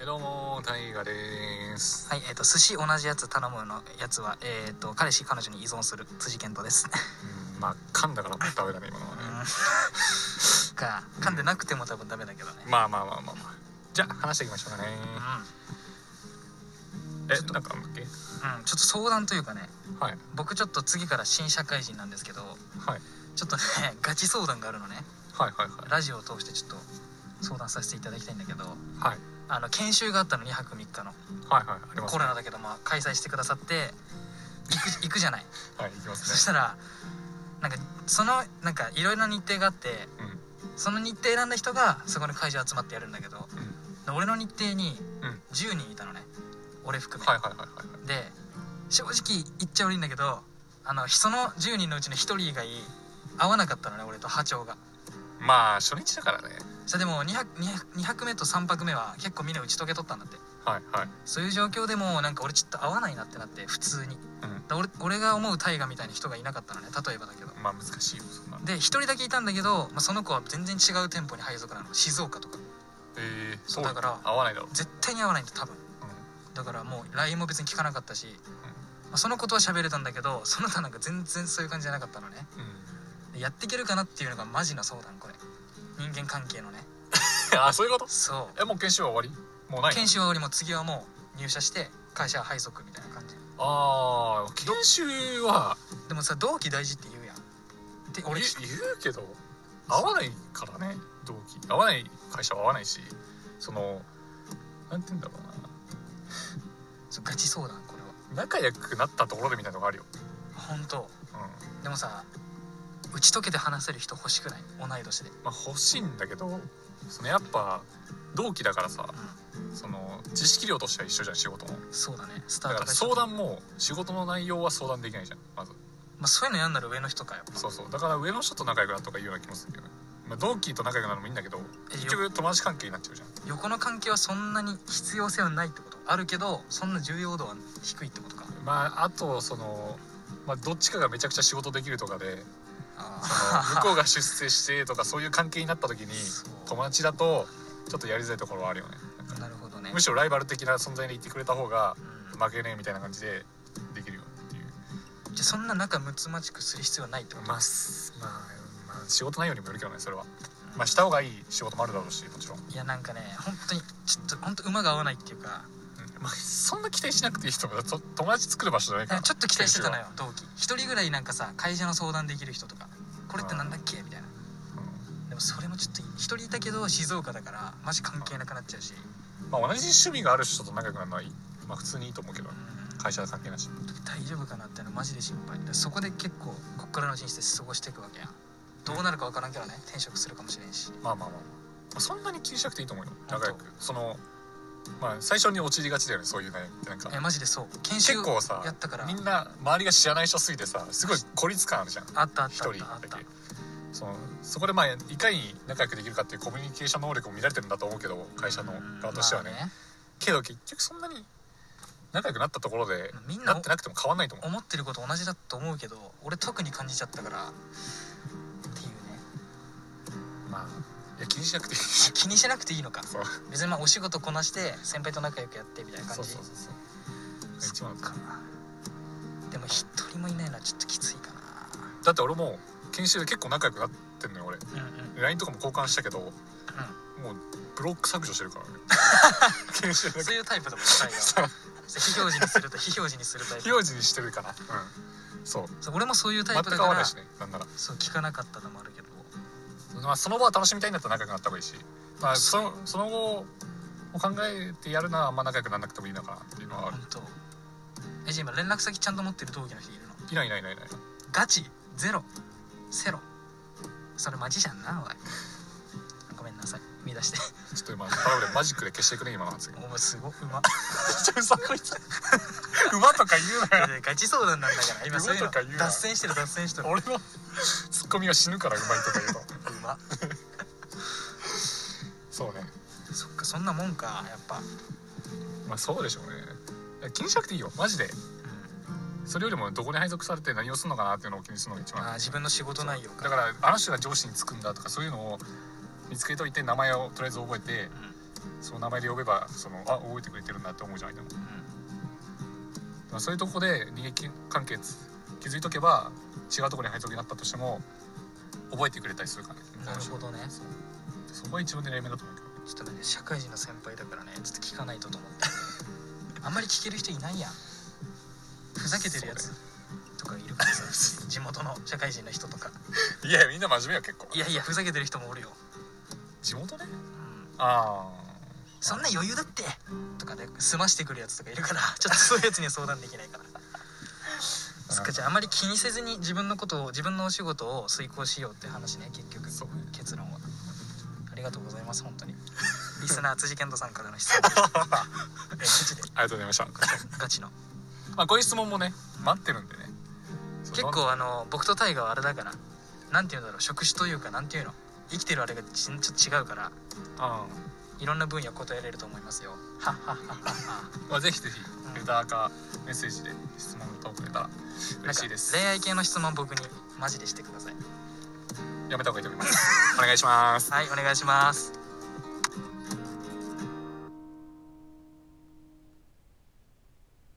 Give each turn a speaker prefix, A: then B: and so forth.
A: えどうもタイガです
B: はい、えっ、と寿司同じやつ頼むのやつはえっ、と彼氏彼女に依存する辻健斗です。
A: うんまあ噛んだからダメだね今のはね
B: か噛んでなくても多分ダメだけどね。
A: まあまあまあまあまあじゃあ話していきましょうかね
B: うん、う
A: えなんかあんだっけ
B: ん、ちょっと相談というかね、
A: はい
B: 僕ちょっと次から新社会人なんですけど、
A: はい
B: ちょっとね ガチ相談があるのね。
A: はいはいはい
B: ラジオを通してちょっと相談させていただきたいんだけど、
A: はい
B: あの研修があったの2泊3日の
A: はいはいあります
B: コロナだけどまあ開催してくださって 行く行くじゃない。
A: はい行きま
B: そし
A: すね
B: たらなんかそのなんかいろいろな日程があって、その日程選んだ人がそこの会場集まってやるんだけど、で俺の日程に
A: うん
B: 10人いたのね俺含め、
A: はいはいはいはいはい
B: で正直言っちゃ悪いんだけどあのその10人のうちの1人以外合わなかったのね俺と波長が
A: まあ初日だからね
B: それでも 2, 泊2泊2泊目と3泊目は結構みんな打ち解けとったんだって
A: はいはい
B: そういう状況でもなんか俺ちょっと合わないなってなって普通に
A: うん
B: で俺俺が思う大河みたいな人がいなかったのね例えばだけど
A: まあ難しいよそんなの
B: で1人だけいたんだけど、まあ、その子は全然違う店舗に配属なの静岡とか
A: ええ
B: そうだから
A: 合わないだろう
B: 絶対に合わないんだ多分
A: う
B: だからもう LINE も別に聞かなかったし、まあ、そのことは喋れたんだけどその他なんか全然そういう感じじゃなかったのね
A: んうん
B: でやっていけるかなっていうのがマジな相談これ人間関係のね
A: あそういうこと
B: そ
A: えもう研修は終わりもうな
B: う
A: い
B: 研修は俺もう次はもう入社して会社配属みたいな感じ
A: ああ研修は
B: でもさ同期大事って言うやんで俺
A: 俺
B: ひ
A: 言うけど合わないからね同期合わない会社は合わないしそのなんて言うんだろう
B: そうガチ相談これは
A: な仲良くなったところでみたいなのがあるよ、
B: 本当
A: うんま
B: でもさ打ち解けて話せる人欲しくない同い年で
A: あ、欲しいんだけどそのやっぱ同期だからさ
B: う
A: その知識量としては一緒じゃん仕事も
B: んそうだねスタ
A: だ
B: ー
A: から
B: トが
A: 相談も仕事の内容は相談できないじゃんまず
B: まあ、そういうのやんなら上の人かよ
A: そうそうだから上の人と仲良くなった方がいいような気もするけどね、まあ、同期と仲良くなるのもいいんだけど
B: え
A: 結
B: よ
A: 局友達関係になっちゃうじゃん
B: 横の関係はそんなに必要性はないってことあるけどそんな重要度は低いってことか
A: まああとその、まあ、どっちかがめちゃくちゃ仕事できるとかで
B: あ
A: その向こうが出世してとかそういう関係になった時に
B: そう
A: 友達だとちょっとやりづらいところはあるよねなんか
B: なるほどね
A: むしろライバル的な存在でいてくれた方が
B: うん
A: 負けねえみたいな感じでできるよっていう
B: じゃあそんな仲睦まじくする必要はないってこと
A: まあすまあ、まあ、仕事内容にもよるけどねそれはまあした方がいい仕事もあるだろうしもちろん、
B: いやなんかね本当にちょっと本当馬が合わないっていうか
A: まあ、そんな期待しなくていい人もと友達作る場所じゃないから
B: ちょっと期待してたのよ同期一人ぐらいなんかさ会社の相談できる人とかこれってなんだっけみたいなでもそれもちょっと一人いたけど静岡だからマジ関係なくなっちゃうし
A: うんまあ、同じ趣味がある人と仲良くなるのはいい、まあ、普通にいいと思うけど
B: うん
A: 会社は関係なし
B: 大丈夫かなってのマジで心配でそこで結構こっからの人生過ごしていくわけやんどうなるか分からんけどね転職するかもしれんし
A: まあまあまあまあそんなに気にしなくていいと思うよ
B: 本当
A: 仲良くそのまあ最初に陥りがちだよねそういう悩みってなんか
B: えマジでそう研修
A: 結構さ
B: やったから
A: みんな周りが知らない人すぎてさすごい孤立感あるじゃん
B: あったあっ
A: 一
B: たあっ
A: 人
B: た
A: だ
B: あっ
A: け
B: た
A: そのそこでまあいかに仲良くできるかっていうコミュニケーション能力も見られてるんだと思うけど会社の側としてはね,、
B: まあ
A: けど結局そんなに仲良くなったところで
B: みん
A: な
B: な
A: ってなくても変わんないと思う
B: 思ってること同じだと思うけど俺特に感じちゃったからって いうね
A: まあいや気にしなくていいでし
B: あ気にしなくていいのか
A: ょそう
B: 別にまあお仕事こなして先輩と仲良くやってみたいな
A: そ
B: 感
A: う
B: じ
A: そうそうそう一
B: そ
A: 番
B: うかでも一人もいないのはちょっときついか
A: だって俺も研修で結構仲良くなってんのよ俺
B: なうんうんうん
A: LINE とかも交換したけどもうブロック削除してる からね研修だけ
B: そういうタイプだもん最後
A: さ
B: 非表示にすると非表示にするタイ
A: 非
B: プ
A: 表示にしてるから、うん、そう
B: そう俺もそういうタイ
A: 全
B: プだ
A: く
B: か
A: 合わ
B: ら、
A: ないしねなんなら、
B: そう聞かなかったのもあるけど
A: まあ、その場は楽しみたいんだったら仲良くなった方がいいし、まあ、そのその後を考えてやるならあんま仲良くならなくてもいいのかなっていうのはある
B: 本当えじゃあ今連絡先ちゃんと持ってる同期の人いるの
A: いないいないいないいない
B: ガチゼロセロそれマジじゃんなおいごめんなさい見出して
A: ちょっと今パラブでマジックで消してくれ今の発言
B: お前すごいうま
A: ちょうさこいつ 馬とか言うなよ
B: ガチ相談なんだから今そういう
A: うま
B: の
A: とか言うな
B: 脱線してる脱線して る
A: 俺のツッコミが死ぬからうまいとか言うと
B: うま
A: そうね
B: そっかそんなもんかやっぱ、
A: まあそうでしょうねいや気にしなくていいよマジで
B: うん
A: それよりもどこに配属されて何をするのかなっていうのを気にするのが一
B: あー
A: 番
B: 自分の仕事内容か
A: だからあの人が上司につくんだとかそういうのを見つけといて名前をとりあえず覚えて
B: うん
A: その名前で呼べばそのあ覚えてくれてるなって思うじゃないでも
B: うん
A: だからそういうとこで利益関係つ気づいとけば違うところに配属になったとしても覚えてくれたりするからね
B: なるほどね
A: そうそこは一番狙い目だと思うけど
B: ちょっとね社会人の先輩だからねちょっと聞かないとと思って あんまり聞ける人いないやんふざけてるやつとかいるからさ地元の社会人の人とか
A: いやいやみんな真面目よ結構
B: いやいやふざけてる人もおるよ、
A: 地元ね
B: うん、
A: あ
B: そんな余裕だってとかね済ましてくるやつとかいるからちょっとそういうやつには相談できないから
A: あ
B: そっかじゃああまり気にせずに自分のことを自分のお仕事を遂行しようって話ね結局
A: そう
B: 結論はありがとうございます本 当にリスナー辻健人さんからの質問えマジで
A: ありがとうございました
B: ガチの
A: まあこういう質問もね待ってるんでね
B: 結構あの僕とタイガはあれだからなんていうんだろう職種というかなんていうの生きてるあれがちちょっと違うから
A: あ
B: いろんな分野答えられると思いますよはっはっはっはっは
A: まあ、ぜひぜひレターかメッセージで質問とくれたら嬉しいです
B: なんか恋愛系の質問僕にマジでしてください
A: やめた方がいいと思いますお願いします
B: はいお願いします